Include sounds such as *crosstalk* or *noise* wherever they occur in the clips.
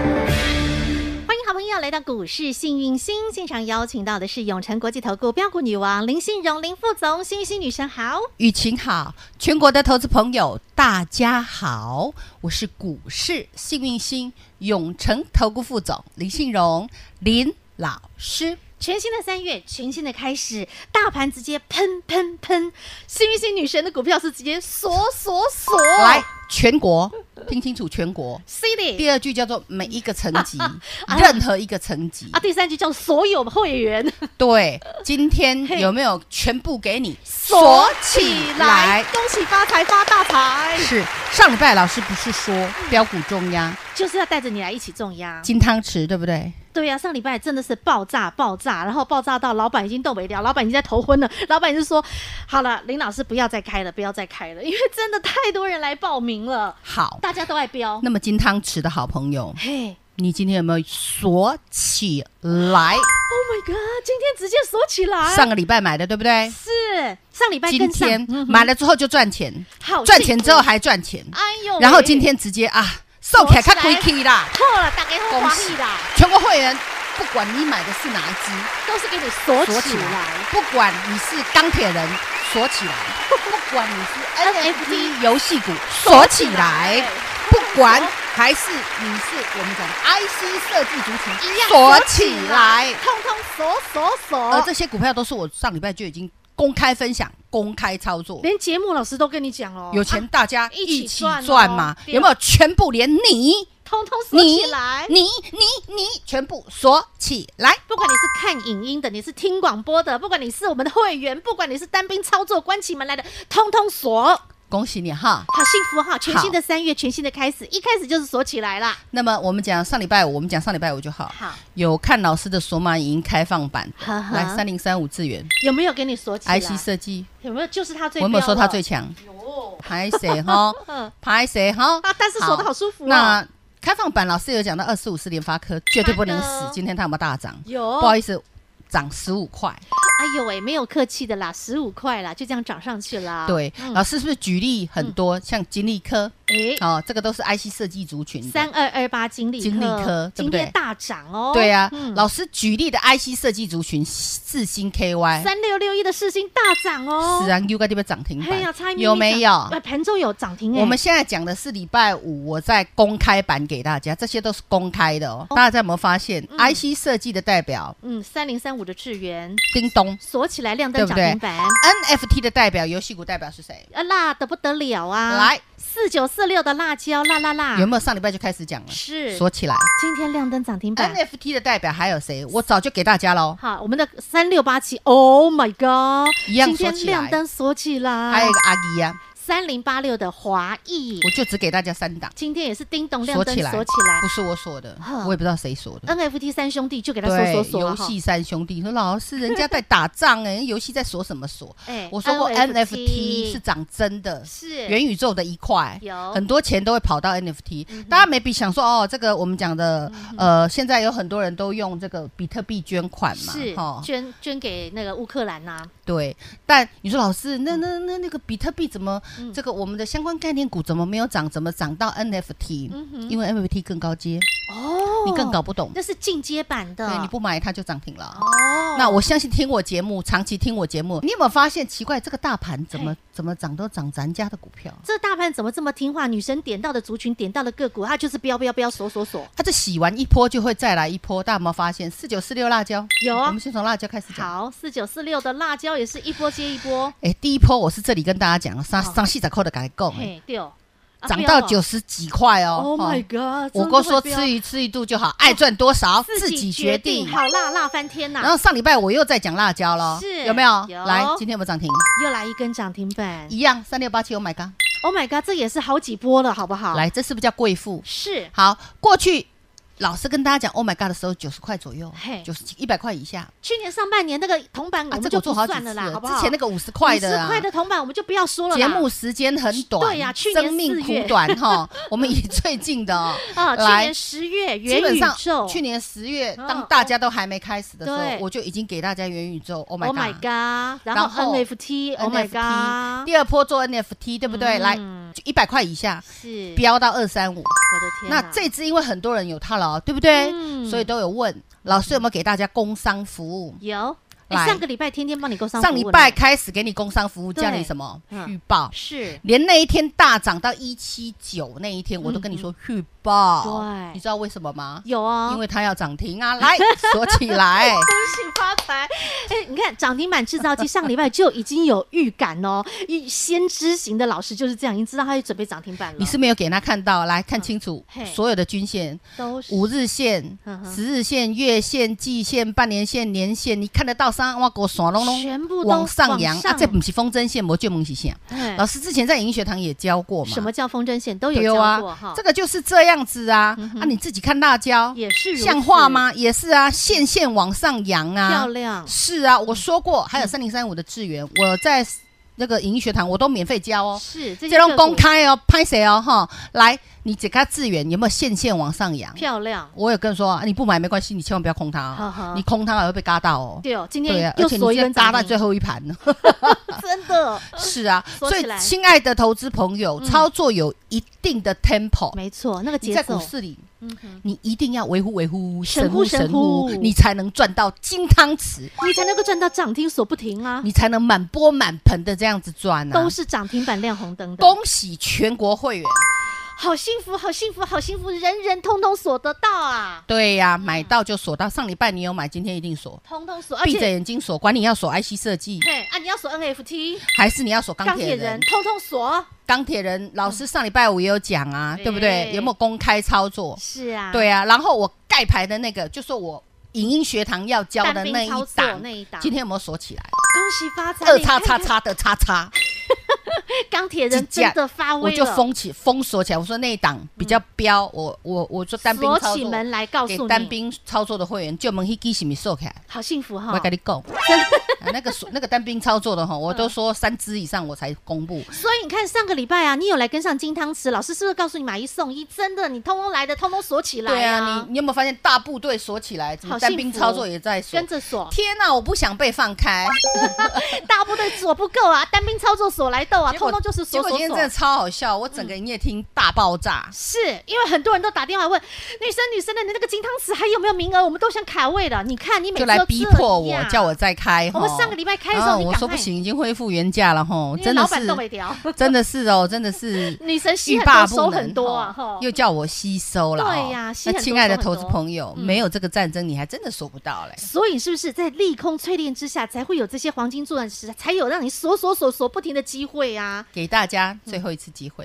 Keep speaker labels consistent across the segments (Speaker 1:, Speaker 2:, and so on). Speaker 1: 欢迎好朋友来到股市幸运星现场，邀请到的是永诚国际投顾标股女王林信荣林副总，幸运星女神好。
Speaker 2: 雨晴好，全国的投资朋友大家好，我是股市幸运星永诚投顾副总林信荣林老师。
Speaker 1: 全新的三月，全新的开始，大盘直接喷喷喷，幸运星女神的股票是直接锁锁锁。
Speaker 2: 来，全国听清楚，全国
Speaker 1: ，C 的
Speaker 2: 第二句叫做每一个层级，任何一个层级
Speaker 1: 啊，，第三句叫所有会员
Speaker 2: 对，今
Speaker 1: 嘿
Speaker 2: 天有没有全部给你
Speaker 1: 恭喜发财发大财，
Speaker 2: 是上礼拜老师不是说标股重压
Speaker 1: 就是要带着你来一起种呀。
Speaker 2: 金汤匙，对不对？
Speaker 1: 对呀、上礼拜真的是爆炸爆炸，然后爆炸到老板已经动不了，老板已经在头昏了。老板就说：“好了，林老师不要再开了，不要再开了，因为真的太多人来报名了，
Speaker 2: 好，
Speaker 1: 大家都爱标。
Speaker 2: 那么金汤匙的好朋友”。
Speaker 1: 嘿
Speaker 2: 你今天有没有锁起来？
Speaker 1: ，Oh my god！今天直接锁起来，
Speaker 2: 上个礼拜买的，对不对？
Speaker 1: 是上礼拜
Speaker 2: 今
Speaker 1: 跟上
Speaker 2: 天
Speaker 1: 嗯哼哦
Speaker 2: 买了之后就赚钱，
Speaker 1: 好
Speaker 2: 赚钱之后
Speaker 1: 幸福
Speaker 2: 还赚钱，
Speaker 1: 哎呦喂，
Speaker 2: 然后今天直接啊，售起来看
Speaker 1: 锁起来
Speaker 2: q u 啦！
Speaker 1: 哎破了，大家好
Speaker 2: 恭
Speaker 1: 欢
Speaker 2: 喜
Speaker 1: 喜啦，
Speaker 2: 全国会员，不管你买的是哪一支，
Speaker 1: 都是给你锁
Speaker 2: 锁
Speaker 1: 起
Speaker 2: 起来
Speaker 1: 来。；
Speaker 2: 不管你是钢铁人，锁
Speaker 1: *laughs*
Speaker 2: 起来；不管你
Speaker 1: 啊
Speaker 2: 是 NFT 游戏股，锁起来；不管还是你是我们讲的 IC 设计族
Speaker 1: 一
Speaker 2: 群，
Speaker 1: 样
Speaker 2: 锁起来。
Speaker 1: 通通锁锁
Speaker 2: 而
Speaker 1: 锁
Speaker 2: 这，些股票都是我上礼拜就已经公开分享、公开操作，
Speaker 1: 连节目老师都跟你讲哦，
Speaker 2: 有钱大家
Speaker 1: 啊一
Speaker 2: 一
Speaker 1: 起
Speaker 2: 起
Speaker 1: 赚哦
Speaker 2: 赚嘛？
Speaker 1: 对啊
Speaker 2: 有没有全部连你、
Speaker 1: 通通锁
Speaker 2: 你
Speaker 1: 起来、。
Speaker 2: 你、你、你全部锁起来？
Speaker 1: 不管你是看影音的，你是听广播的，不管你是我们的会员，不管你是单兵操作、关起门来的，通通锁，好
Speaker 2: 恭喜你哈！
Speaker 1: 幸福哈！全新的三月，全新的开始，一开始就是锁起来啦。
Speaker 2: 那么我们讲上礼拜五，我们讲上礼拜五就好。
Speaker 1: 好，
Speaker 2: 有看老师的索马影音开放版的
Speaker 1: 呵呵
Speaker 2: 来三零三五资源
Speaker 1: 有没有给你锁起来
Speaker 2: IC 设计，
Speaker 1: 有没有就是他最
Speaker 2: 我有没有
Speaker 1: 标
Speaker 2: 说它
Speaker 1: 了
Speaker 2: 最强？
Speaker 1: 有
Speaker 2: 拍谁
Speaker 1: *laughs*
Speaker 2: 哈
Speaker 1: 嗯？
Speaker 2: 拍谁哈
Speaker 1: 啊？但是锁得好舒服哦
Speaker 2: 那开放版老师有讲到二十五是联发科，绝对不能
Speaker 1: 发
Speaker 2: 死
Speaker 1: 科。
Speaker 2: 今天它有没有大涨？
Speaker 1: 有？
Speaker 2: 不好意思，涨十五块。
Speaker 1: 哎呦喂，没有客气的啦，十五块啦，就这样涨上去啦。
Speaker 2: 对，
Speaker 1: 嗯
Speaker 2: 老师是不是举例很多？像金利科，
Speaker 1: 哎，
Speaker 2: 哦，这个都是 IC 设计族群的。
Speaker 1: 三二二八金利
Speaker 2: 金利科对
Speaker 1: 今
Speaker 2: 不对
Speaker 1: 天大涨哦。
Speaker 2: 对啊，
Speaker 1: 嗯
Speaker 2: 老师举例的 IC 设计族群，四星 KY、
Speaker 1: 三六六一的市星大涨哦。
Speaker 2: 四安 U 个地方涨停
Speaker 1: 哎呀，差一
Speaker 2: 板，
Speaker 1: 咪咪
Speaker 2: 啊有没有
Speaker 1: 涨？哎，盘中有涨停哎。
Speaker 2: 我们现在讲的是礼拜五，我在公开版给大家，这些都是公开的哦。大家有没有发现，IC 设计的代表
Speaker 1: 嗯，三零三五的智源
Speaker 2: 叮咚
Speaker 1: 锁起来亮灯涨停板，
Speaker 2: ，NFT 的代表游戏股代表是谁？
Speaker 1: 啊辣的不得了啊！
Speaker 2: 来，
Speaker 1: 四九四六的辣椒，辣辣辣，
Speaker 2: 有没有上礼拜就开始讲了？
Speaker 1: 是
Speaker 2: 锁哎起来。
Speaker 1: 今天亮灯涨停板。
Speaker 2: NFT 的代表还有谁？我早就给大家喽。
Speaker 1: 好，我们的三六八七，Oh my God！
Speaker 2: 一样
Speaker 1: 今
Speaker 2: 锁
Speaker 1: 天
Speaker 2: 起来哎
Speaker 1: 亮灯锁起来。
Speaker 2: 还有一个阿姨呀、
Speaker 1: 三零八六的华裔，
Speaker 2: 我就只给大家三档，
Speaker 1: 今天也是叮咚亮
Speaker 2: 锁
Speaker 1: 灯
Speaker 2: 起来，
Speaker 1: 锁起
Speaker 2: 不是我锁的
Speaker 1: 呵，
Speaker 2: 我也不知道谁锁的。
Speaker 1: 来。NFT 三兄弟就啊嗯给他锁
Speaker 2: 对，
Speaker 1: 锁锁了
Speaker 2: 游
Speaker 1: 啊哈。
Speaker 2: 戏三兄弟说老师，人家在打仗 *laughs* 哎、游戏在锁什么锁？
Speaker 1: 哎
Speaker 2: 我说过
Speaker 1: NFT
Speaker 2: NFT 是长真的，
Speaker 1: 是
Speaker 2: 元宇宙的一块，
Speaker 1: 有嗯
Speaker 2: 很多钱都会跑到 NFT。大家 maybe 想说哦，这个我们讲的呃，现在有很多人都用这个比特币捐款嘛，
Speaker 1: 是
Speaker 2: 齁
Speaker 1: 捐捐给那个乌克兰呐。
Speaker 2: 对，但你说老师，
Speaker 1: 嗯
Speaker 2: 那那那那个比特币怎么、这个我们的相关概念股怎么没有涨？怎么涨到 NFT？、因为 NFT 更高阶，
Speaker 1: 嗯哦，
Speaker 2: 你更搞不懂，
Speaker 1: 那是进阶版的。
Speaker 2: 对，你不买它就涨停了。
Speaker 1: 哦，
Speaker 2: 那我相信听我节目，长期听我节目，你有没有发现奇怪？这个大盘怎
Speaker 1: 哎
Speaker 2: 么怎么涨都涨咱家的股票，
Speaker 1: 这大盘怎么这么听话？女神点到的族群，点到的个股，它就是标标标，锁锁锁。
Speaker 2: 它这洗完一波就会再来一波。大家有没有发现？四九四六辣椒
Speaker 1: 有啊
Speaker 2: 我们先从辣椒开始讲。
Speaker 1: 好，四九四六的辣椒也是一波接一波。
Speaker 2: 哎，第一波我是这里跟大家讲，上
Speaker 1: 好
Speaker 2: 上细仔扣的改购，哎
Speaker 1: 嘿，对哦，啊
Speaker 2: 涨到。
Speaker 1: 不要
Speaker 2: 九
Speaker 1: 哦
Speaker 2: 十几块哦。
Speaker 1: Oh my
Speaker 2: 哦
Speaker 1: god！真
Speaker 2: 我
Speaker 1: 的
Speaker 2: 哥
Speaker 1: 会
Speaker 2: 说
Speaker 1: 飙
Speaker 2: 吃一吃一度就好，爱赚多少
Speaker 1: 哦自
Speaker 2: 自
Speaker 1: 己
Speaker 2: 己
Speaker 1: 决
Speaker 2: 决
Speaker 1: 定，
Speaker 2: 定。
Speaker 1: 好辣辣翻天呐、
Speaker 2: 然后上礼拜我又在讲辣椒了，
Speaker 1: 是
Speaker 2: 有没有？
Speaker 1: 有
Speaker 2: 来，今天有没有涨停？
Speaker 1: 又来一根涨停板
Speaker 2: 一样，三六八七，Oh my god！
Speaker 1: ，Oh my god，这也是好几波了，好不好？
Speaker 2: 来，这是不是叫贵妇？
Speaker 1: 是
Speaker 2: 好，过去老师跟大家讲 Oh my God 的时候，九十块左右
Speaker 1: 嘿，
Speaker 2: 九十一百块以下，
Speaker 1: 去年上半年那个铜板我
Speaker 2: 啊，
Speaker 1: 们
Speaker 2: 这个
Speaker 1: 就
Speaker 2: 我
Speaker 1: 不
Speaker 2: 做好几
Speaker 1: 算
Speaker 2: 次
Speaker 1: 了啦，好不好？
Speaker 2: 之前那个五十块
Speaker 1: 五
Speaker 2: 的
Speaker 1: 十
Speaker 2: 啊，
Speaker 1: 块的铜板我们就不要说了啦。
Speaker 2: 节目时间很短，
Speaker 1: 对呀去年
Speaker 2: 生命
Speaker 1: 四月
Speaker 2: 苦短哈。我们以最近的哦，
Speaker 1: 啊，去
Speaker 2: 来
Speaker 1: 年十月
Speaker 2: 基
Speaker 1: *laughs* 元
Speaker 2: 本
Speaker 1: 宇
Speaker 2: 上
Speaker 1: 宙，
Speaker 2: 去年十月，
Speaker 1: 嗯
Speaker 2: 当大家都还没开始的时
Speaker 1: 对
Speaker 2: 候，我就已经给大家元宇宙。Oh
Speaker 1: Oh my
Speaker 2: my god！
Speaker 1: god，然后
Speaker 2: 然后
Speaker 1: NFT，Oh Oh my
Speaker 2: NFT，
Speaker 1: god，嗯
Speaker 2: 第二波做 NFT 对不对？来，就一百块以下，
Speaker 1: 是
Speaker 2: 飙到二三五。
Speaker 1: 我的天
Speaker 2: 那
Speaker 1: 啊，
Speaker 2: 这支因为很多人有它了哦，对不对
Speaker 1: 嗯？
Speaker 2: 所以都有问老师有没有给大家工商服务？
Speaker 1: 有哎
Speaker 2: 来
Speaker 1: 上个礼拜天天帮你勾上
Speaker 2: 上
Speaker 1: 服
Speaker 2: 礼
Speaker 1: 务
Speaker 2: 拜
Speaker 1: 呢
Speaker 2: 开始给你工商服务，
Speaker 1: 对
Speaker 2: 叫你什么
Speaker 1: 嗯
Speaker 2: 预报？
Speaker 1: 是
Speaker 2: 连那一天大涨到一七九那一天，我都跟你说预报。
Speaker 1: 嗯对
Speaker 2: 你知道为什么吗？
Speaker 1: 有哦，
Speaker 2: 因为它要涨停啊！来锁起
Speaker 1: *laughs*
Speaker 2: 来，
Speaker 1: 恭喜发财！哎、你看涨停板制造机上礼拜就已经有预感哦，预先知型的老师就是这样，已经知道他要准备涨停板了。
Speaker 2: 你是没有给他看到，来看清楚
Speaker 1: 嘿
Speaker 2: 所有的均线、
Speaker 1: 都是
Speaker 2: 五日线
Speaker 1: 嗯、哼
Speaker 2: 十日线、月线、季线、半年线、年线，你看得到三万股爽隆隆
Speaker 1: 全部都
Speaker 2: 往上扬
Speaker 1: 往上
Speaker 2: 啊！这不是风筝线，魔就梦是线。
Speaker 1: 哎
Speaker 2: 老师之前在影音学堂也教过嘛，
Speaker 1: 什么叫风筝线都有
Speaker 2: 丢
Speaker 1: 教过哈、
Speaker 2: 啊，这个就是这样子啊啊！你自己看辣椒
Speaker 1: 嗯也是如此
Speaker 2: 像话？吗？也是啊，线线往上扬啊，
Speaker 1: 漂亮，嗯
Speaker 2: 是啊，我说过，还有三零三五的智源，我在那个影音学堂我都免费教哦，
Speaker 1: 是这
Speaker 2: 这
Speaker 1: 些
Speaker 2: 种
Speaker 1: 个
Speaker 2: 公
Speaker 1: 股
Speaker 2: 开哦，拍谁哦哈？来，你只看智源有没有线线往上扬？
Speaker 1: 漂亮。
Speaker 2: 我有跟你说啊，你不买没关系，你千万不要空它
Speaker 1: 呵
Speaker 2: 哦
Speaker 1: 呵，
Speaker 2: 你空它还会被嘎到哦。
Speaker 1: 对哦，今
Speaker 2: 对
Speaker 1: 天
Speaker 2: 啊，而
Speaker 1: 又
Speaker 2: 且你
Speaker 1: 锁
Speaker 2: 今
Speaker 1: 一根
Speaker 2: 天嘎
Speaker 1: 涨
Speaker 2: 到最
Speaker 1: 停，
Speaker 2: 后一盘
Speaker 1: *laughs*
Speaker 2: 呢。
Speaker 1: 真
Speaker 2: *laughs*
Speaker 1: 的
Speaker 2: 是啊，
Speaker 1: 锁
Speaker 2: 所以
Speaker 1: 起来嗯
Speaker 2: 亲爱的投资朋友，操作有一定的 tempo，
Speaker 1: 没错，那个
Speaker 2: 你
Speaker 1: 节
Speaker 2: 在
Speaker 1: 奏
Speaker 2: 股，市里，
Speaker 1: 嗯哼，
Speaker 2: 你一定要维护维护，
Speaker 1: 神乎神乎
Speaker 2: 你才能赚到金汤匙。
Speaker 1: 你才能够赚到涨停锁不停啊，
Speaker 2: 你才能满钵满盆的这样子赚啊！
Speaker 1: 都是涨停板亮红灯的，
Speaker 2: 恭喜全国会员，
Speaker 1: 好幸福，好幸福，好幸福，人人通通锁得到啊，
Speaker 2: 对呀、买到就锁到。上礼拜你有买，今天一定锁，
Speaker 1: 通通锁，而
Speaker 2: 闭
Speaker 1: 且
Speaker 2: 着眼睛锁，管你要锁 IC 设计，
Speaker 1: 对啊，你要锁 NFT，
Speaker 2: 还是你要锁钢
Speaker 1: 钢
Speaker 2: 铁
Speaker 1: 铁人
Speaker 2: 人。
Speaker 1: 通通锁。
Speaker 2: 钢铁人老师上礼拜五也有讲啊，
Speaker 1: 嗯
Speaker 2: 对不
Speaker 1: 哎
Speaker 2: 对？有没有公开操作？
Speaker 1: 是啊，
Speaker 2: 对啊，然后我盖牌的那个，就是我影音学堂要教的
Speaker 1: 单兵
Speaker 2: 那一
Speaker 1: 操作
Speaker 2: 档，
Speaker 1: 那一档
Speaker 2: 今天有没有锁起来？
Speaker 1: 恭喜发财，
Speaker 2: 二
Speaker 1: 你
Speaker 2: 叉
Speaker 1: 看
Speaker 2: 叉叉的叉叉，
Speaker 1: 钢铁 *laughs* 人真的发
Speaker 2: 我
Speaker 1: 威
Speaker 2: 就
Speaker 1: 了，
Speaker 2: 封起封锁起来。我说那一档比较标，我我我说单兵
Speaker 1: 锁
Speaker 2: 操
Speaker 1: 起
Speaker 2: 作，
Speaker 1: 门来告
Speaker 2: 给
Speaker 1: 诉
Speaker 2: 单
Speaker 1: 你，哦
Speaker 2: 兵操作的会员，就门去基什么收起来，
Speaker 1: 好幸福哈
Speaker 2: 我！跟你
Speaker 1: *laughs*
Speaker 2: 讲，啊那个属那个单兵操作的哈，我都说三支以上我才公布。
Speaker 1: 所以你看上个礼拜啊，你有来跟上金汤匙，老师是不是告诉你买一送一？真的，你通通来的，通通锁起
Speaker 2: 对
Speaker 1: 来
Speaker 2: 啊，你你有没有发现大部队锁起来，怎
Speaker 1: 好
Speaker 2: 么
Speaker 1: 幸
Speaker 2: 单兵
Speaker 1: 福哦
Speaker 2: 操作也在锁
Speaker 1: 跟？着锁，
Speaker 2: 天哪、我不想被放开，
Speaker 1: 大部队锁不够啊，单兵操作锁来斗啊，
Speaker 2: 结果
Speaker 1: 通通就是
Speaker 2: 结
Speaker 1: 锁
Speaker 2: 果
Speaker 1: 锁
Speaker 2: 今天
Speaker 1: 锁
Speaker 2: 真。的超好笑，我
Speaker 1: 嗯
Speaker 2: 整个营业厅大爆炸。
Speaker 1: 是因为很多人都打电话问女生女生的你那个金汤匙还有没有名额，我们都想卡位了。你看你每
Speaker 2: 就
Speaker 1: 次
Speaker 2: 来
Speaker 1: 都
Speaker 2: 逼
Speaker 1: 这
Speaker 2: 迫我，
Speaker 1: 样
Speaker 2: 叫我再开。
Speaker 1: 我们
Speaker 2: 吼
Speaker 1: 上个礼拜开的时
Speaker 2: 然后
Speaker 1: 候，你
Speaker 2: 我
Speaker 1: 赶
Speaker 2: 说不
Speaker 1: 快，
Speaker 2: 行，已经恢复原价了吼，
Speaker 1: 因为
Speaker 2: 真的
Speaker 1: 老板
Speaker 2: 是
Speaker 1: 都没 *laughs* 聊。
Speaker 2: *laughs* 真的是哦，真的
Speaker 1: *laughs*
Speaker 2: 是
Speaker 1: 女神吸
Speaker 2: 欲
Speaker 1: 很
Speaker 2: 罢
Speaker 1: 多，
Speaker 2: 不
Speaker 1: 收
Speaker 2: 能，
Speaker 1: 很多啊，哈
Speaker 2: 吼。又叫我吸收了哦，
Speaker 1: 对呀吸很
Speaker 2: 那
Speaker 1: 多
Speaker 2: 亲爱的
Speaker 1: 收很多嗯
Speaker 2: 投资朋友，没有这个战争，你还真的收不到嘞。
Speaker 1: 所以是不是在利空淬炼之下，才会有这些黄金作战时，才有让你锁锁锁锁不停的机会啊？
Speaker 2: 给大家最后一次机会，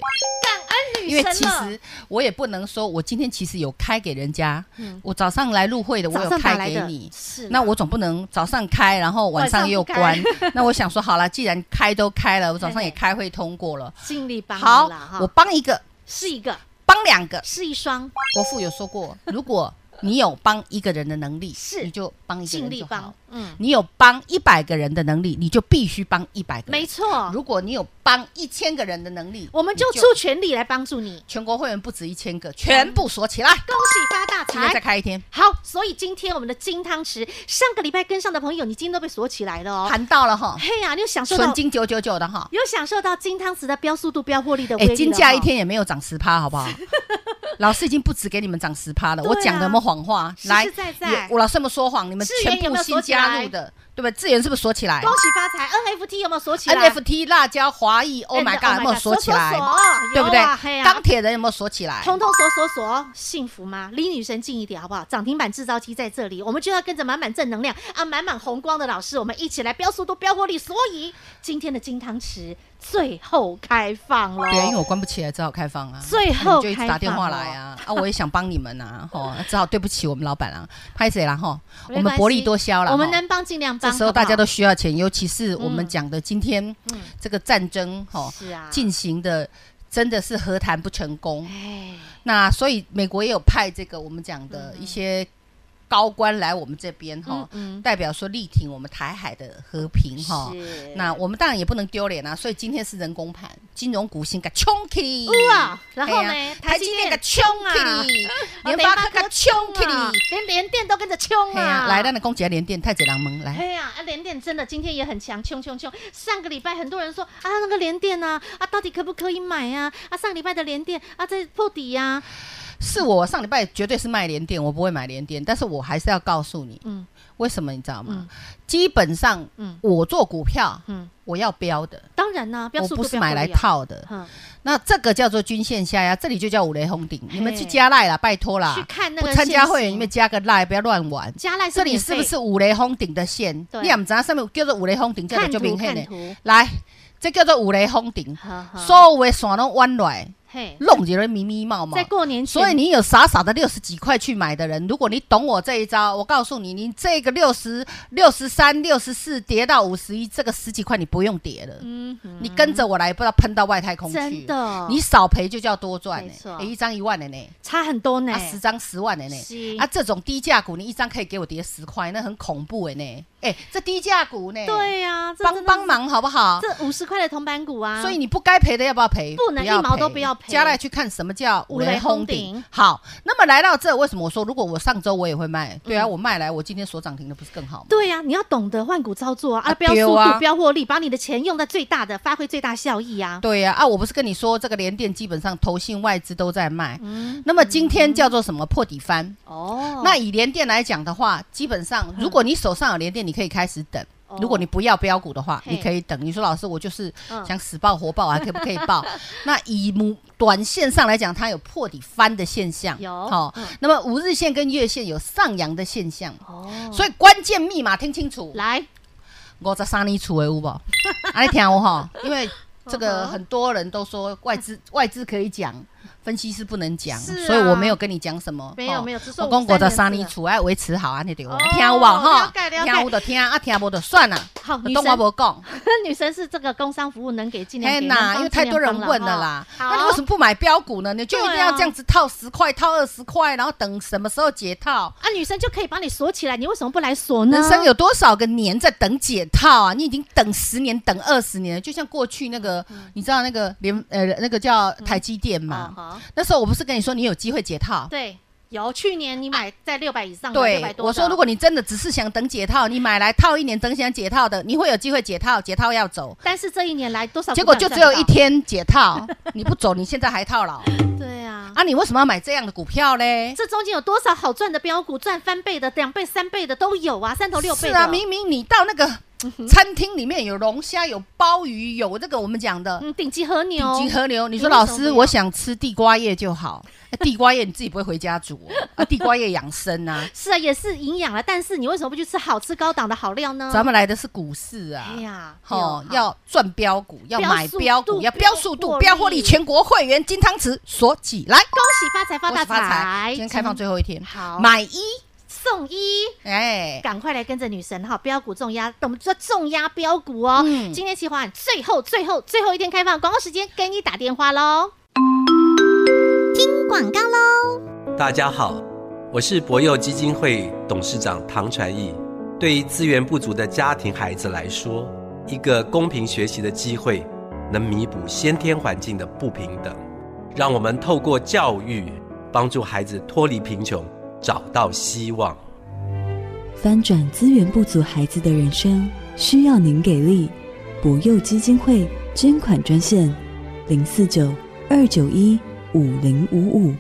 Speaker 1: 女
Speaker 2: 因为其实我也不能说，我今天其实有开给人家，我早上来入会的，我
Speaker 1: 嗯早
Speaker 2: 有
Speaker 1: 上打
Speaker 2: 开
Speaker 1: 来
Speaker 2: 给
Speaker 1: 的
Speaker 2: 你，
Speaker 1: 是
Speaker 2: 那
Speaker 1: 啦
Speaker 2: 我总不能早上开，然后晚上又
Speaker 1: 晚
Speaker 2: 关
Speaker 1: 上。 *laughs*
Speaker 2: 那我想说，好了，既然开都开了，我早上也
Speaker 1: 嘿嘿
Speaker 2: 开会通过了，
Speaker 1: 尽力帮你
Speaker 2: 好
Speaker 1: 啦哈，
Speaker 2: 我帮一个，
Speaker 1: 是一个，
Speaker 2: 帮两个。
Speaker 1: 是一双，
Speaker 2: 国父有说过，如果你有帮一个人的能力，
Speaker 1: 是
Speaker 2: 你就帮一个
Speaker 1: 尽
Speaker 2: 人
Speaker 1: 力
Speaker 2: 就
Speaker 1: 帮
Speaker 2: 好。，
Speaker 1: 嗯，
Speaker 2: 你有帮一百个人的能力，你就必须帮一百个人。
Speaker 1: 没错，
Speaker 2: 如果你有帮一千个人的能力，
Speaker 1: 我们就
Speaker 2: 你
Speaker 1: 出全力来帮助你，
Speaker 2: 全国会员不止一千个，全部锁起来。
Speaker 1: 恭喜发大
Speaker 2: 今天再
Speaker 1: 财！
Speaker 2: 开一天，
Speaker 1: 好，所以今天我们的金汤匙，上个礼拜跟上的朋友，你今天都被锁起来了哦。
Speaker 2: 谈到了哈，
Speaker 1: 嘿呀、你有享受
Speaker 2: 纯
Speaker 1: 到
Speaker 2: 金九九九的哈。
Speaker 1: 有享受到金汤匙的标速度、标获利的威
Speaker 2: 哎
Speaker 1: 力、，了
Speaker 2: 金价
Speaker 1: 哦
Speaker 2: 一天也没有涨十趴，好不好？ *laughs* 老师已经不止给你们涨十趴了，
Speaker 1: 对啊
Speaker 2: 我讲的有没有谎话？
Speaker 1: 实实在在
Speaker 2: 也我老师有没有说谎？你们
Speaker 1: 智
Speaker 2: 全
Speaker 1: 源有
Speaker 2: 部
Speaker 1: 没有
Speaker 2: 新
Speaker 1: 锁起来
Speaker 2: 加入的，对不对？智源是不是锁起来？
Speaker 1: 恭喜发财！NFT 有没有锁起来哎
Speaker 2: NFT 辣椒华裔，Oh my God，有没有锁起来？对不对？钢
Speaker 1: 钢
Speaker 2: 铁人有没有锁起来？
Speaker 1: 通通锁锁锁，幸福吗？离女神近一点好不好？涨停板制造机在这里，我们就要跟着满满正能量啊，满满红光的老师，我们一起来飙速度、飙获利。所以今天的金汤匙最后开放了，
Speaker 2: 对，因为我关不起来，只好开放啊。
Speaker 1: 最
Speaker 2: 那
Speaker 1: 后
Speaker 2: 你就一直
Speaker 1: 开
Speaker 2: 打电
Speaker 1: 放
Speaker 2: 话
Speaker 1: 哦
Speaker 2: 来啊，啊，我也想帮你们呐，吼，只好对不起我们老板啊，拍谁啦吼，
Speaker 1: 没
Speaker 2: 我们
Speaker 1: 关系
Speaker 2: 薄利多销啦。
Speaker 1: 我们
Speaker 2: 吼
Speaker 1: 能帮尽量帮。
Speaker 2: 这时候
Speaker 1: 好不好
Speaker 2: 大家都需要嗯钱，尤其是我们讲的今天这个战争吼
Speaker 1: 是啊
Speaker 2: 进行的真的是和谈不成功。
Speaker 1: 哎，
Speaker 2: 那所以美国也有派这个我们讲的一些高官来我们这边哈，
Speaker 1: 嗯嗯
Speaker 2: 代表说力挺我们台海的和平哈。
Speaker 1: 是
Speaker 2: 那我们当然也不能丢脸啊，所以今天是人工盘，金融股性给冲起，
Speaker 1: 哇然后呢
Speaker 2: 哎呀
Speaker 1: 台
Speaker 2: 台
Speaker 1: 积
Speaker 2: 积
Speaker 1: 电
Speaker 2: 电给冲哦
Speaker 1: 啊
Speaker 2: 起，联发科给冲起，
Speaker 1: 啊连连电都跟着冲
Speaker 2: 哎呀
Speaker 1: 啊！
Speaker 2: 来，咱来讲一下联电，太子狼门来。
Speaker 1: 哎呀，啊，联电真的今天也很强，冲冲冲！上个礼拜很多人说啊，那个联电啊，啊，到底可不可以买啊？啊，上礼拜的联电啊，在破底呀、
Speaker 2: 是我上礼拜绝对是卖连电，我不会买连电，但是我还是要告诉你，
Speaker 1: 嗯
Speaker 2: 为什么你知道吗？
Speaker 1: 嗯
Speaker 2: 基本上，
Speaker 1: 嗯
Speaker 2: 我做股票，
Speaker 1: 嗯，
Speaker 2: 我要标的，
Speaker 1: 当然啦、不要
Speaker 2: 我
Speaker 1: 速
Speaker 2: 不
Speaker 1: 度
Speaker 2: 是
Speaker 1: 要
Speaker 2: 买
Speaker 1: 过
Speaker 2: 来
Speaker 1: 于啊。
Speaker 2: 套的。
Speaker 1: 嗯，
Speaker 2: 那这个叫做均线下压，这里就叫五雷轰顶。你们去
Speaker 1: 嘿
Speaker 2: 加赖啦，拜托啦，
Speaker 1: 去看那
Speaker 2: 不
Speaker 1: 个
Speaker 2: 参加
Speaker 1: 现
Speaker 2: 会员，
Speaker 1: 行
Speaker 2: 你们加个赖，不要乱玩。
Speaker 1: 加赖
Speaker 2: 这里是不
Speaker 1: 免费
Speaker 2: 是五雷轰顶的线？
Speaker 1: 对
Speaker 2: 你也不知道上面叫做五雷轰顶，这个
Speaker 1: 看
Speaker 2: 就
Speaker 1: 图
Speaker 2: 明显
Speaker 1: 看
Speaker 2: 的。
Speaker 1: 图？
Speaker 2: 来，这叫做五雷轰顶，
Speaker 1: 呵呵
Speaker 2: 所有的线都弯来，
Speaker 1: 嘿，
Speaker 2: 弄起来迷迷冒冒
Speaker 1: 在。过年前，
Speaker 2: 所以你有傻傻的六十几块去买的人，如果你懂我这一招，我告诉你，你这个六十六十三、六十四跌到五十一，这个十几块你不用跌了，
Speaker 1: 嗯哼
Speaker 2: 你跟着我来，不知道喷到外太空去。
Speaker 1: 真的
Speaker 2: 你少赔就叫多赚
Speaker 1: 没
Speaker 2: 呢、
Speaker 1: 错
Speaker 2: 欸一张一万的呢、
Speaker 1: 差很多呢，
Speaker 2: 啊，十张十万的呢、
Speaker 1: 是
Speaker 2: 啊，这种低价股你一张可以给我跌十块，那很恐怖的呢、哎、这低价股呢、
Speaker 1: 对呀、这
Speaker 2: 帮
Speaker 1: 真的
Speaker 2: 帮
Speaker 1: 是，
Speaker 2: 忙好不好？
Speaker 1: 这五十块的铜板股啊，
Speaker 2: 所以你不该赔的要不要赔？
Speaker 1: 不能一毛都不要赔
Speaker 2: 加来去看什么叫
Speaker 1: 五
Speaker 2: 五
Speaker 1: 雷
Speaker 2: 雷
Speaker 1: 轰
Speaker 2: 轰
Speaker 1: 顶
Speaker 2: 顶。好，那么来到这，为什么我说如果我上周我也会卖？对
Speaker 1: 嗯
Speaker 2: 啊，我卖来，我今天所涨停的不是更好吗？
Speaker 1: 对呀、你要懂得换股操作啊，啊
Speaker 2: 啊
Speaker 1: 不要
Speaker 2: 对
Speaker 1: 速
Speaker 2: 啊
Speaker 1: 度，不要获利，把你的钱用在最大的，发挥最大效益啊。
Speaker 2: 对呀、啊，我不是跟你说这个联电基本上投信外资都在卖，
Speaker 1: 嗯，
Speaker 2: 那么今天叫做什么破底翻？
Speaker 1: 哦，嗯
Speaker 2: 那以联电来讲的话，基本上如果你手上有联电，你可以开始等
Speaker 1: 哦。
Speaker 2: 如果你不要标股的话，
Speaker 1: 嘿
Speaker 2: 你可以等。你说老师，我就是
Speaker 1: 嗯
Speaker 2: 想死报活报，
Speaker 1: *laughs*
Speaker 2: 还可不可以报？那以母短线上来讲，它有破底翻的现象，
Speaker 1: 有
Speaker 2: 哦
Speaker 1: 嗯
Speaker 2: 那么五日线跟月线有上扬的现象，
Speaker 1: 哦，
Speaker 2: 所以关键密码听清楚，
Speaker 1: 来，
Speaker 2: 我在三年厝的有无？ *laughs* 爱听我哈，因为这
Speaker 1: 嗯
Speaker 2: 个
Speaker 1: 哼
Speaker 2: 很多人都说外资外资可以讲，分析师不能讲，
Speaker 1: 是啊
Speaker 2: 所以我没有跟你讲什么。
Speaker 1: 没有
Speaker 2: 哦
Speaker 1: 没有只说
Speaker 2: 我讲
Speaker 1: 我
Speaker 2: 我
Speaker 1: 三
Speaker 2: 在
Speaker 1: 年
Speaker 2: 三年
Speaker 1: 次
Speaker 2: 厝爱哎维持好安尼对我
Speaker 1: 哦，
Speaker 2: 听有无哈
Speaker 1: 了？解了解
Speaker 2: 听有就听，啊听无就算了。
Speaker 1: 好，女
Speaker 2: 当
Speaker 1: 神，
Speaker 2: 啊我无讲，
Speaker 1: *laughs* 女神是这个工商服务能给尽量
Speaker 2: 嘿
Speaker 1: 给，能
Speaker 2: 呐，
Speaker 1: 帮
Speaker 2: 因为太多人
Speaker 1: 尽量
Speaker 2: 问
Speaker 1: 帮
Speaker 2: 了啦。
Speaker 1: 哦
Speaker 2: 那你为什
Speaker 1: 好
Speaker 2: 么不买标股呢？你就一定要
Speaker 1: 对啊
Speaker 2: 这样子套十块、套二十块，然后等什么时候解套？
Speaker 1: 啊，女生就可以把你锁起来，你为什么不来锁呢？
Speaker 2: 人生有多少个年在等解套啊？你已经等十年、等二十年了，就像过去那个，你知道那个联呃那个叫台积电嘛？
Speaker 1: 嘛？
Speaker 2: 那时候我不是跟你说你有机会解
Speaker 1: 嗯
Speaker 2: 套？
Speaker 1: 啊对，有去年你买在六百以上的，600多的
Speaker 2: 我说如果你真的只是想等解套，你买来套一年，等想解套的，你会有机会解套，解套要走，
Speaker 1: 但是这一年来多少股
Speaker 2: 结果
Speaker 1: 票
Speaker 2: 就
Speaker 1: 赚
Speaker 2: 只有
Speaker 1: 到
Speaker 2: 一，天解
Speaker 1: *laughs*
Speaker 2: 套，你不走，你现在还套牢
Speaker 1: 对啊。
Speaker 2: 啊？你为什么要买这样的股票嘞？
Speaker 1: 这中间有多少好赚的标股，赚翻倍的、两倍、三倍的都有啊，三头六
Speaker 2: 是
Speaker 1: 倍的。
Speaker 2: 啊，明明你到那个餐厅里面有龙虾、有鲍鱼、有这个我们讲的
Speaker 1: 嗯，顶级和牛，
Speaker 2: 顶级河流，你说
Speaker 1: 你为
Speaker 2: 老
Speaker 1: 什么不
Speaker 2: 师，
Speaker 1: 要
Speaker 2: 我想吃地瓜叶就好。哎地瓜叶你自己不会回家煮哦、啊？地瓜叶养生啊。
Speaker 1: 是啊，也是营养了，但是你为什么不去吃好吃高档的好料呢？
Speaker 2: 咱们来的是股市啊
Speaker 1: 嗯哎，呀，
Speaker 2: 哦，
Speaker 1: 对
Speaker 2: 要赚标股，要买
Speaker 1: 标
Speaker 2: 标
Speaker 1: 速度
Speaker 2: 股，要标速
Speaker 1: 标获
Speaker 2: 度，
Speaker 1: 利
Speaker 2: 标获利，全国会员金汤匙锁起来，
Speaker 1: 恭喜发财发
Speaker 2: 恭
Speaker 1: 大
Speaker 2: 喜发
Speaker 1: 财！
Speaker 2: 今天开放最后一天，
Speaker 1: 嗯好
Speaker 2: 买一，
Speaker 1: 送一。
Speaker 2: 哎，
Speaker 1: 赶快来跟着女神哈，标股重压，我们说重压标股哦。
Speaker 2: 嗯
Speaker 1: 今天企划案最后最后最后一天开放，广告时间给你打电话喽。
Speaker 3: 广告喽。
Speaker 4: 大家好，我是博幼基金会董事长唐传义。对于资源不足的家庭孩子来说，一个公平学习的机会，能弥补先天环境的不平等。让我们透过教育，帮助孩子脱离贫穷，找到希望。
Speaker 5: 翻转资源不足孩子的人生，需要您给力。博幼基金会捐款专线：零四九二九一五零五五。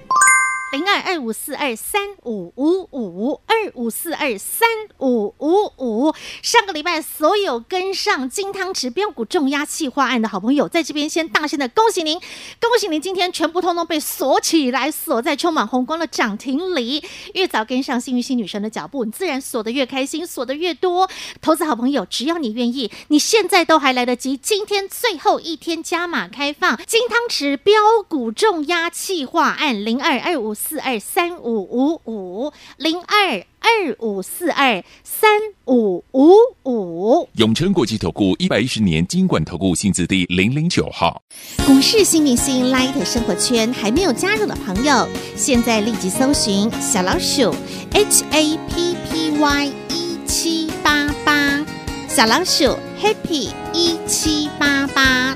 Speaker 1: 零二二五四二三五五五二五四二三五五五。上个礼拜所有跟上金汤匙标股重压气化案的好朋友，在这边先大声的恭喜您，恭喜您今天全部通通被锁起来，锁在充满红光的涨停里。越早跟上幸运星女神的脚步，你自然锁得越开心，锁得越多。投资好朋友，只要你愿意，你现在都还来得及。今天最后一天加码开放金汤匙标股重压气化案零二二五四二三五五五零二。
Speaker 6: 二五四二三五五五。
Speaker 3: 永诚国际投顾一百一十年金管投顾性质第零零九号。
Speaker 6: 股市新明星 Light 生活圈还没有加入的朋友，现在立即搜寻小老鼠 HAPPY 一七八八，小老鼠 Happy 一七八八，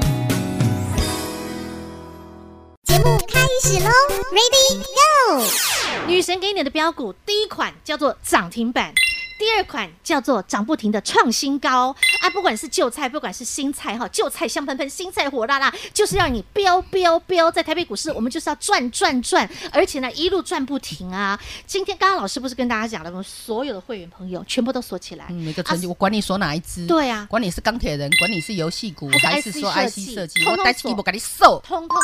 Speaker 1: 节目开始喽，Ready Go！
Speaker 6: 女神给你的标股，第一款叫做涨停板。第二款叫做涨不停的创新高啊，不管是旧菜，不管是新菜哈，旧菜香喷喷，新菜火辣辣，就是让你飙飙飙。在台北股市，我们就是要赚赚赚，而且呢一路赚不停啊！今天刚刚老师不是跟大家讲了，我们所有的会员朋友全部都锁起来，
Speaker 2: 嗯，每个成绩、我管你锁哪一支，
Speaker 6: 对啊
Speaker 2: 管你是钢铁人，管你是游戏股，
Speaker 6: 还
Speaker 2: 还
Speaker 6: 是
Speaker 2: 是说
Speaker 6: IC
Speaker 2: IC
Speaker 6: 设
Speaker 2: 设
Speaker 6: 计
Speaker 2: 计，
Speaker 6: 通
Speaker 2: 我
Speaker 6: 通
Speaker 2: 带
Speaker 6: 锁
Speaker 2: 起我给你收。
Speaker 6: 通通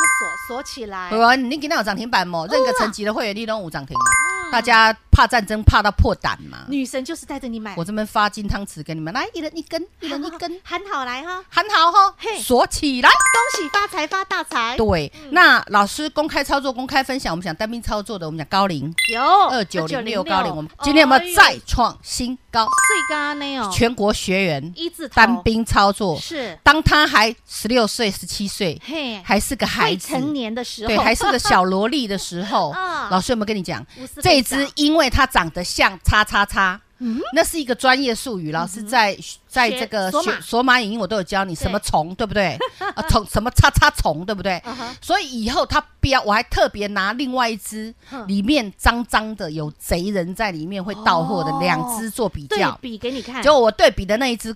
Speaker 6: 锁锁起来。哦
Speaker 2: 对啊，你今天有涨停板么？任何层级的会员利润五涨停嘛，大家怕战争怕到破胆嘛。
Speaker 6: 女神就是带嗯着你买，
Speaker 2: 我这边发金汤匙给你们，来一人一
Speaker 6: *laughs*
Speaker 2: 根，一 *laughs* 人一根，
Speaker 6: 喊好来哈，
Speaker 2: 喊好哈
Speaker 6: 嘿，哎嗯
Speaker 2: 锁起来。
Speaker 6: 恭喜发财发大财。
Speaker 2: 对，那老师公开操作、公开分享，我们讲单兵操作的，我们讲高龄
Speaker 6: 有
Speaker 2: 二九零六高龄，我们今天有没有
Speaker 6: 哎
Speaker 2: 再
Speaker 6: 呦
Speaker 2: 创新高？
Speaker 6: 最高呢哦？
Speaker 2: 全国学员
Speaker 6: 一字头
Speaker 2: 单兵操作，
Speaker 6: 是
Speaker 2: 当他还十六岁、十七岁，
Speaker 6: 嘿，
Speaker 2: 还是个孩
Speaker 6: 未
Speaker 2: 子，
Speaker 6: 成年的时候，
Speaker 2: 对，还是个小萝莉的时候
Speaker 6: *laughs* 嗯，
Speaker 2: 老师有没有跟你讲
Speaker 6: 无私？
Speaker 2: 这
Speaker 6: 分
Speaker 2: 一
Speaker 6: 享
Speaker 2: 只因为它长得像叉叉叉，那是一个专业术语，老师在在
Speaker 6: 嗯学
Speaker 2: 这个
Speaker 6: 索
Speaker 2: 学
Speaker 6: 马
Speaker 2: 索马影音我都有教你
Speaker 6: 对
Speaker 2: 什么虫，对不
Speaker 6: *laughs*
Speaker 2: 对？啊，虫什么叉叉虫，对不对
Speaker 6: 嗯哼？
Speaker 2: 所以以后它标，我还特别拿另外一只
Speaker 6: 嗯
Speaker 2: 里面脏脏的有贼人在里面会到货的
Speaker 6: 哦
Speaker 2: 两只做比
Speaker 6: 对
Speaker 2: 较，
Speaker 6: 比给你看，
Speaker 2: 结果我对比的那一只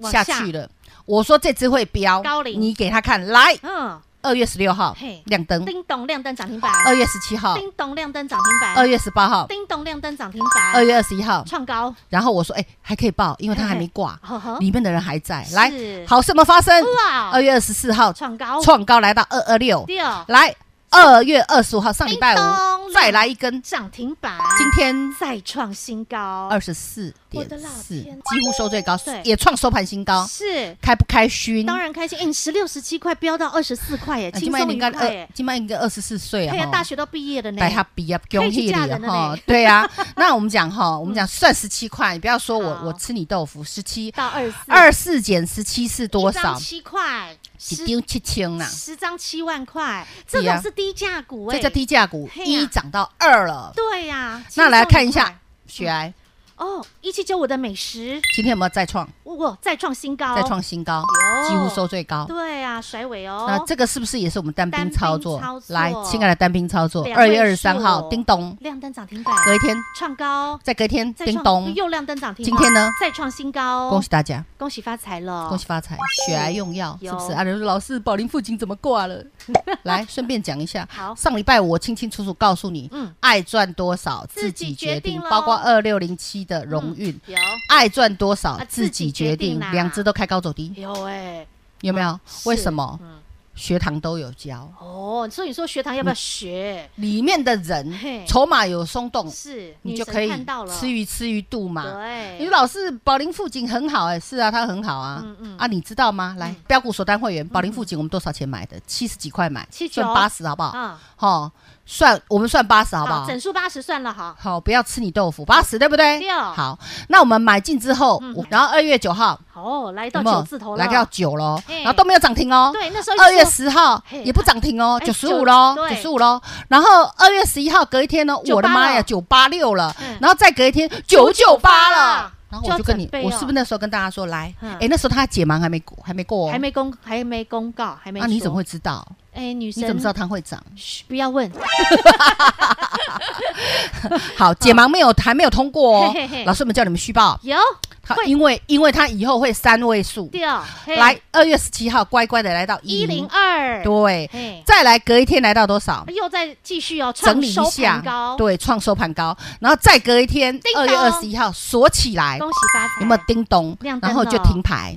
Speaker 6: 往
Speaker 2: 下
Speaker 6: 下
Speaker 2: 去了。我说这只会标
Speaker 6: 高龄
Speaker 2: 你给他看来，
Speaker 6: 嗯，
Speaker 2: 二月十六号
Speaker 6: 嘿
Speaker 2: 亮灯，
Speaker 6: 叮咚亮灯涨停板，
Speaker 2: 二月十七号，
Speaker 6: 叮咚亮灯涨停板，
Speaker 2: 二月十八号，
Speaker 6: 叮咚亮灯涨停
Speaker 2: 二
Speaker 6: 板，
Speaker 2: 月二十一号。
Speaker 6: 创高，哦
Speaker 2: 然后我说，哎、还可以报，因为它还没挂
Speaker 6: 嘿嘿呵呵，
Speaker 2: 里面的人还在。来
Speaker 6: 嗯是，
Speaker 2: 好，什么发生？
Speaker 6: 哇
Speaker 2: 二月二十四号
Speaker 6: 创高
Speaker 2: 哎创高来到二二六。
Speaker 6: 第二
Speaker 2: 来，二月二十五号上礼拜
Speaker 6: 叮咚
Speaker 2: 五再来一根，
Speaker 6: 涨停板，
Speaker 2: 今天
Speaker 6: 再创新高，
Speaker 2: 二十四
Speaker 6: 我
Speaker 2: 点
Speaker 6: 的老
Speaker 2: 四，
Speaker 6: 天
Speaker 2: 几乎收最高
Speaker 6: 对，
Speaker 2: 也创收盘新高。
Speaker 6: 是
Speaker 2: 开不开心？
Speaker 6: 当然开心，哎，你十六十七块飙到二十四块耶，
Speaker 2: 呃，
Speaker 6: 轻
Speaker 2: 今麦
Speaker 6: 松愉
Speaker 2: 应该
Speaker 6: 快
Speaker 2: 二
Speaker 6: 耶，，
Speaker 2: 今麦应该二十四岁
Speaker 6: 对
Speaker 2: 啊
Speaker 6: 呀，
Speaker 2: 哈
Speaker 6: 大学都毕业了呢
Speaker 2: 带，他比啊，
Speaker 6: 可以
Speaker 2: 恭
Speaker 6: 去
Speaker 2: 喜
Speaker 6: 嫁
Speaker 2: 你
Speaker 6: 人了
Speaker 2: 哈
Speaker 6: 呢！
Speaker 2: 对呀、 *laughs* 那我们讲哈，我们讲算十七块，你不要说我
Speaker 6: 好
Speaker 2: 我吃你豆腐，十七
Speaker 6: 到二嗯四
Speaker 2: 二四减十七是多
Speaker 6: 一张
Speaker 2: 少？
Speaker 6: 七块，
Speaker 2: 一
Speaker 6: 十
Speaker 2: 丢七千啦，
Speaker 6: 十张七万块，这
Speaker 2: 对呀
Speaker 6: 种是低价股哎，
Speaker 2: 啊这叫低价股，
Speaker 6: 嘿呀
Speaker 2: 一涨到二了。
Speaker 6: 对啊呀，
Speaker 2: 那来看一
Speaker 6: 轻松愉
Speaker 2: 下
Speaker 6: 快
Speaker 2: 雪癌
Speaker 6: 哦，一七九五的美食，
Speaker 2: 今天有没有再创
Speaker 6: 哇，再创新高，
Speaker 2: 再创新高，
Speaker 6: 有
Speaker 2: 几乎收最高。
Speaker 6: 对啊，甩尾哦。
Speaker 2: 那这个是不是也是我们单
Speaker 6: 单
Speaker 2: 兵
Speaker 6: 兵
Speaker 2: 操作
Speaker 6: 操？作
Speaker 2: 来，亲爱的单兵操作，
Speaker 6: 两
Speaker 2: 二
Speaker 6: 位
Speaker 2: 月二十三
Speaker 6: 数
Speaker 2: 号，叮咚，
Speaker 6: 亮灯涨停板，
Speaker 2: 隔一天，
Speaker 6: 创高，
Speaker 2: 再隔一天，
Speaker 6: 再
Speaker 2: 叮
Speaker 6: 创哎
Speaker 2: 咚，
Speaker 6: 又亮灯涨停。
Speaker 2: 今天呢
Speaker 6: 再创新高，
Speaker 2: 恭喜大家。
Speaker 6: 恭喜发财了，
Speaker 2: 恭喜发财，血癌用药是
Speaker 6: 啊有
Speaker 2: 不是？啊，人说老师，宝林附近怎么挂
Speaker 6: *laughs*
Speaker 2: 了？来，顺便讲一下，
Speaker 6: 好
Speaker 2: 上礼拜我清清楚楚告诉你，
Speaker 6: 嗯
Speaker 2: 爱赚多少
Speaker 6: 自己
Speaker 2: 自己决
Speaker 6: 决定
Speaker 2: 定
Speaker 6: 咯，
Speaker 2: 包括二六零七的荣运，
Speaker 6: 有
Speaker 2: 爱赚多少
Speaker 6: 啊
Speaker 2: 自己决
Speaker 6: 自己决定
Speaker 2: 定
Speaker 6: 啦，
Speaker 2: 两只都开高走低，
Speaker 6: 有哎，
Speaker 2: 有没有？
Speaker 6: 是
Speaker 2: 为什么？
Speaker 6: 嗯
Speaker 2: 学堂都有教，
Speaker 6: 哦，所以你说学堂要不
Speaker 2: 嗯
Speaker 6: 要学？
Speaker 2: 里面的
Speaker 6: 嘿
Speaker 2: 人筹码有松动，
Speaker 6: 是，
Speaker 2: 你
Speaker 6: 女
Speaker 2: 就
Speaker 6: 神
Speaker 2: 可以
Speaker 6: 看到了，
Speaker 2: 吃鱼吃鱼肚嘛。
Speaker 6: 对，
Speaker 2: 你说老师，宝林富锦很好哎、是啊，它很好啊，
Speaker 6: 哎嗯嗯
Speaker 2: 啊，你知道吗？来，标股锁单会员，宝林富锦我们多少钱买的？七十几块买，
Speaker 6: 79
Speaker 2: 算八十好不好？
Speaker 6: 啊，
Speaker 2: 好，算我们算八十好不好？
Speaker 6: 整数八十算了哈，
Speaker 2: 好，不要吃你豆腐，八十对不对？
Speaker 6: 六
Speaker 2: 好，那我们买进之后，我然后二月九号
Speaker 6: 哦，嗯来
Speaker 2: 有
Speaker 6: 到
Speaker 2: 没有
Speaker 6: 九字头了，哎
Speaker 2: 来到九喽，
Speaker 6: 嘿
Speaker 2: 然后都没有涨停哦。
Speaker 6: 对，那时候
Speaker 2: 二月
Speaker 6: 说
Speaker 2: 十号
Speaker 6: 嘿
Speaker 2: 也不涨停哦，
Speaker 6: 哎
Speaker 2: 九十五喽，
Speaker 6: 对
Speaker 2: 九十五喽。然后二月十一号隔一天呢，
Speaker 6: 98
Speaker 2: 我的妈呀，
Speaker 6: 了
Speaker 2: 九八六了
Speaker 6: 嗯，
Speaker 2: 然后再隔一天九九八了。然后
Speaker 6: 就要
Speaker 2: 我就跟你
Speaker 6: 准备，哦
Speaker 2: 我是不是那时候跟大家说来
Speaker 6: 嗯？
Speaker 2: 哎，那时候他解盲还没过还没过哦，
Speaker 6: 还没公还没公告，还没
Speaker 2: 啊那你怎么
Speaker 6: 说？
Speaker 2: 会知道？
Speaker 6: 哎，女神
Speaker 2: 你怎么知道它会涨？
Speaker 6: 嘘不要问，
Speaker 2: 好，解盲没有还没有通过哦
Speaker 6: 嗯
Speaker 2: 哦
Speaker 6: 嘿嘿嘿，
Speaker 2: 老师们叫你们虚报，
Speaker 6: 有
Speaker 2: 好，因为因为它以后会三位数，
Speaker 6: 掉，嘿
Speaker 2: 来二月十七号乖乖的来到
Speaker 6: 一零，二，
Speaker 2: 对，
Speaker 6: 嘿，
Speaker 2: 再来隔一天来到多少？
Speaker 6: 又再继续哦，创
Speaker 2: 整理
Speaker 6: 收
Speaker 2: 一
Speaker 6: 盘
Speaker 2: 下
Speaker 6: 高，，
Speaker 2: 对，创收盘高，然后再隔一天
Speaker 6: 叮
Speaker 2: 二月
Speaker 6: 咚
Speaker 2: 二十一号锁起来，
Speaker 6: 恭喜发财，
Speaker 2: 有没有叮咚
Speaker 6: 亮？灯
Speaker 2: 然后就
Speaker 6: 了
Speaker 2: 停牌，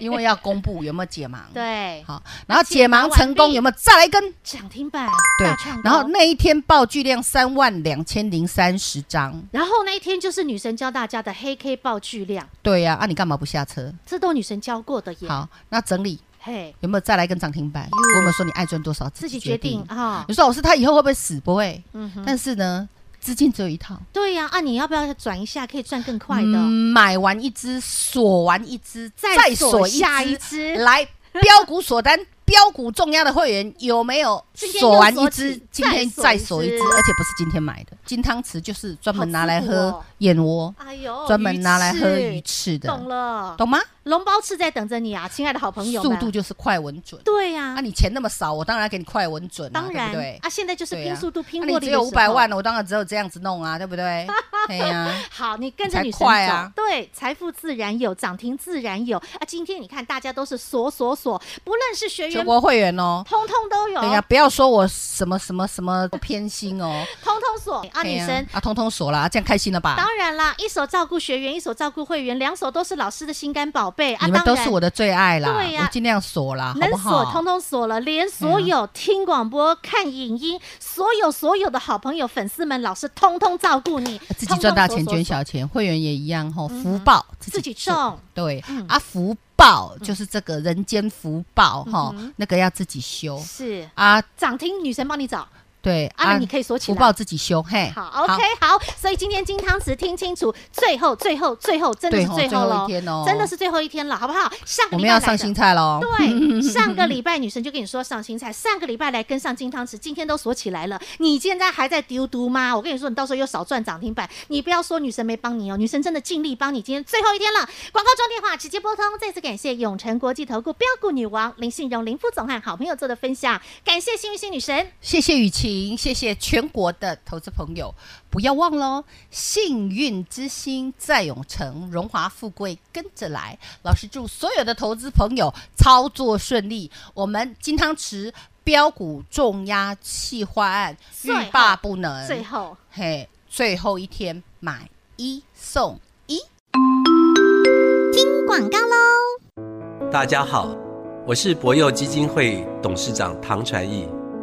Speaker 2: 因为要公布有没有解盲。，
Speaker 6: *laughs* 对，
Speaker 2: 好，然后解
Speaker 6: 解盲
Speaker 2: 盲
Speaker 6: 完
Speaker 2: 成功
Speaker 6: 毕
Speaker 2: 有没有再来一根？
Speaker 6: 涨停板，
Speaker 2: 对
Speaker 6: 大创，
Speaker 2: 然后
Speaker 6: 高
Speaker 2: 那一天报巨量三万两千零三十张。
Speaker 6: 然后那一天就是女神教大家的黑 K 爆巨量，
Speaker 2: 对呀、啊，你干嘛不下车？
Speaker 6: 这都女神教过的耶。，
Speaker 2: 好，那整理
Speaker 6: 嘿，
Speaker 2: 有没有再来一根涨停板？
Speaker 6: 呦
Speaker 2: 我有没有说你爱赚多少
Speaker 6: 自己决定？啊。
Speaker 2: 你说老师他以后会不会死？不会，
Speaker 6: 嗯哼，
Speaker 2: 但是呢，资金只有一套，
Speaker 6: 对呀，啊，你要不要转一下，可以赚更快
Speaker 2: 嗯
Speaker 6: 的？哦
Speaker 2: 买完一只锁完一只，
Speaker 6: 再锁
Speaker 2: 只
Speaker 6: 下一只
Speaker 2: 来标股锁单。标股重压的会员有没有
Speaker 6: 今天又
Speaker 2: 锁完
Speaker 6: 锁
Speaker 2: 一只
Speaker 6: 几，
Speaker 2: 今天
Speaker 6: 再
Speaker 2: 再
Speaker 6: 锁
Speaker 2: 锁
Speaker 6: 一
Speaker 2: 一
Speaker 6: 只
Speaker 2: 只，而且不是今天买的金汤匙，就是专门拿来
Speaker 6: 好复古哦
Speaker 2: 喝燕窝，
Speaker 6: 哎呦，
Speaker 2: 专门拿来喝鱼
Speaker 6: 翅，
Speaker 2: 翅的，
Speaker 6: 懂了，
Speaker 2: 懂吗？
Speaker 6: 笼包翅在等着你啊，亲爱的好朋友
Speaker 2: 速
Speaker 6: 们。
Speaker 2: 度就是快稳准。
Speaker 6: 对呀
Speaker 2: 啊，，你钱那么少，我当然要给你快稳准啊，
Speaker 6: 当然
Speaker 2: 对不对？
Speaker 6: 啊，现在就是
Speaker 2: 对
Speaker 6: 拼
Speaker 2: 啊
Speaker 6: 速度、
Speaker 2: 啊
Speaker 6: 拼获
Speaker 2: 你
Speaker 6: 利
Speaker 2: 只
Speaker 6: 的
Speaker 2: 有
Speaker 6: 时
Speaker 2: 五百
Speaker 6: 候
Speaker 2: 万了，我当然只有这样子弄啊，对不
Speaker 6: *laughs*
Speaker 2: 对？对呀，
Speaker 6: 好，你跟着女神
Speaker 2: 才快啊
Speaker 6: 走，对，财富自然有，涨停自然有啊！今天你看，大家都是锁锁锁，不论是学
Speaker 2: 全
Speaker 6: 员，
Speaker 2: 国会员哦。
Speaker 6: 通通都有，
Speaker 2: 对呀，
Speaker 6: 通
Speaker 2: 不要说我什么什么什么偏心哦，
Speaker 6: 通锁 *laughs* 啊！
Speaker 2: 对
Speaker 6: 女
Speaker 2: 呀
Speaker 6: 神，
Speaker 2: 啊，通通锁了，这样开心了吧？
Speaker 6: 当然啦，一手照顾学员，一手照顾会员，两手都是老师的心肝宝贝啊！
Speaker 2: 你们
Speaker 6: 当
Speaker 2: 都
Speaker 6: 然
Speaker 2: 是我的最爱啦，
Speaker 6: 对呀
Speaker 2: 我尽量锁啦，啊好
Speaker 6: 能
Speaker 2: 不
Speaker 6: 锁
Speaker 2: 好？啊
Speaker 6: 通通锁了，连所有听广播、看影音，所有所有的好朋友、粉丝们，老师通通照顾你，
Speaker 2: 啊自己赚大
Speaker 6: 通
Speaker 2: 钱
Speaker 6: 通锁
Speaker 2: 捐
Speaker 6: 锁
Speaker 2: 小钱，会员也一样吼，
Speaker 6: 嗯
Speaker 2: 福报
Speaker 6: 自己种，
Speaker 2: 对
Speaker 6: 嗯
Speaker 2: 啊，福报就是这个人间福报哈
Speaker 6: 嗯哼，
Speaker 2: 那个要自己修
Speaker 6: 是
Speaker 2: 啊，
Speaker 6: 涨停，女神帮你找
Speaker 2: 对
Speaker 6: 啊，那你可以锁
Speaker 2: 福
Speaker 6: 起来。
Speaker 2: 报自己修，嘿，
Speaker 6: 好，OK，好，所以今天金汤匙听清楚，最后、最后、最后，真的
Speaker 2: 对
Speaker 6: 是
Speaker 2: 吼
Speaker 6: 最后
Speaker 2: 最
Speaker 6: 了
Speaker 2: 后一天哦，
Speaker 6: 真的是最后一天了，好不好？上个
Speaker 2: 我们
Speaker 6: 礼拜
Speaker 2: 要
Speaker 6: 来
Speaker 2: 上
Speaker 6: 的
Speaker 2: 新菜喽，
Speaker 6: 对，上个礼拜女神就跟你说上新菜，上个礼拜来跟上金汤匙，今天都锁起来了。你现在还在丢丢吗？我跟你说，你到时候又少赚涨停板。你不要说女神没帮你哦，女神真的尽力帮你。今天最后一天了，广告中电话直接拨通。再次感谢永诚国际投顾标股女王林信荣林副总和好朋友做的分享，感谢幸运星女神。
Speaker 2: 谢谢雨晴，谢谢全国的投资朋友，不要忘喽！幸运之星在永城，荣华富贵跟着来。老师祝所有的投资朋友操作顺利。我们金汤匙标股重压企划案
Speaker 6: 最后
Speaker 2: 欲罢不能，
Speaker 6: 最后。
Speaker 2: 嘿，最后一天买一送一。
Speaker 7: 广告喽！
Speaker 4: 大家好，我是博幼基金会董事长唐传义。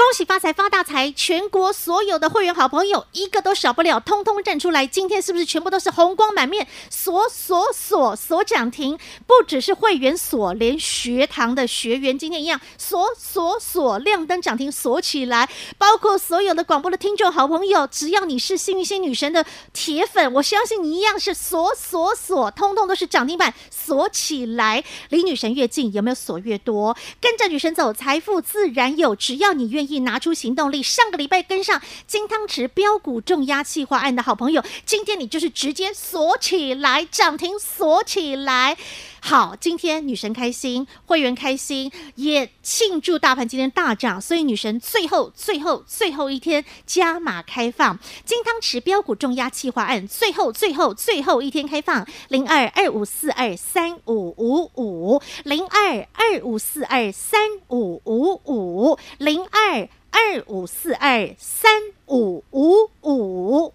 Speaker 6: 恭喜发财发大财！全国所有的会员好朋友，一个都少不了，通通站出来。今天是不是全部都是红光满面？锁锁锁锁涨停，不只是会员锁，连学堂的学员今天一样锁锁锁亮灯涨停锁起来。包括所有的广播的听众好朋友，只要你是幸运星女神的铁粉，我相信你一样是锁锁锁，通通都是涨停板锁起来。离女神越近，有没有锁越多？跟着女神走，财富自然有。只要你愿意拿出行动力，上个礼拜跟上金汤匙标股重压计划案的好朋友，今天你就是直接锁起来，涨停锁起来。好，今天女神开心，会员开心，也庆祝大盘今天大涨，所以女神最后、最后、最后一天加码开放金汤匙标股重压计划案，最后、最后、最后一天开放零二二五四二三五五五零二二五四二三五五五零二二五四二三五五五。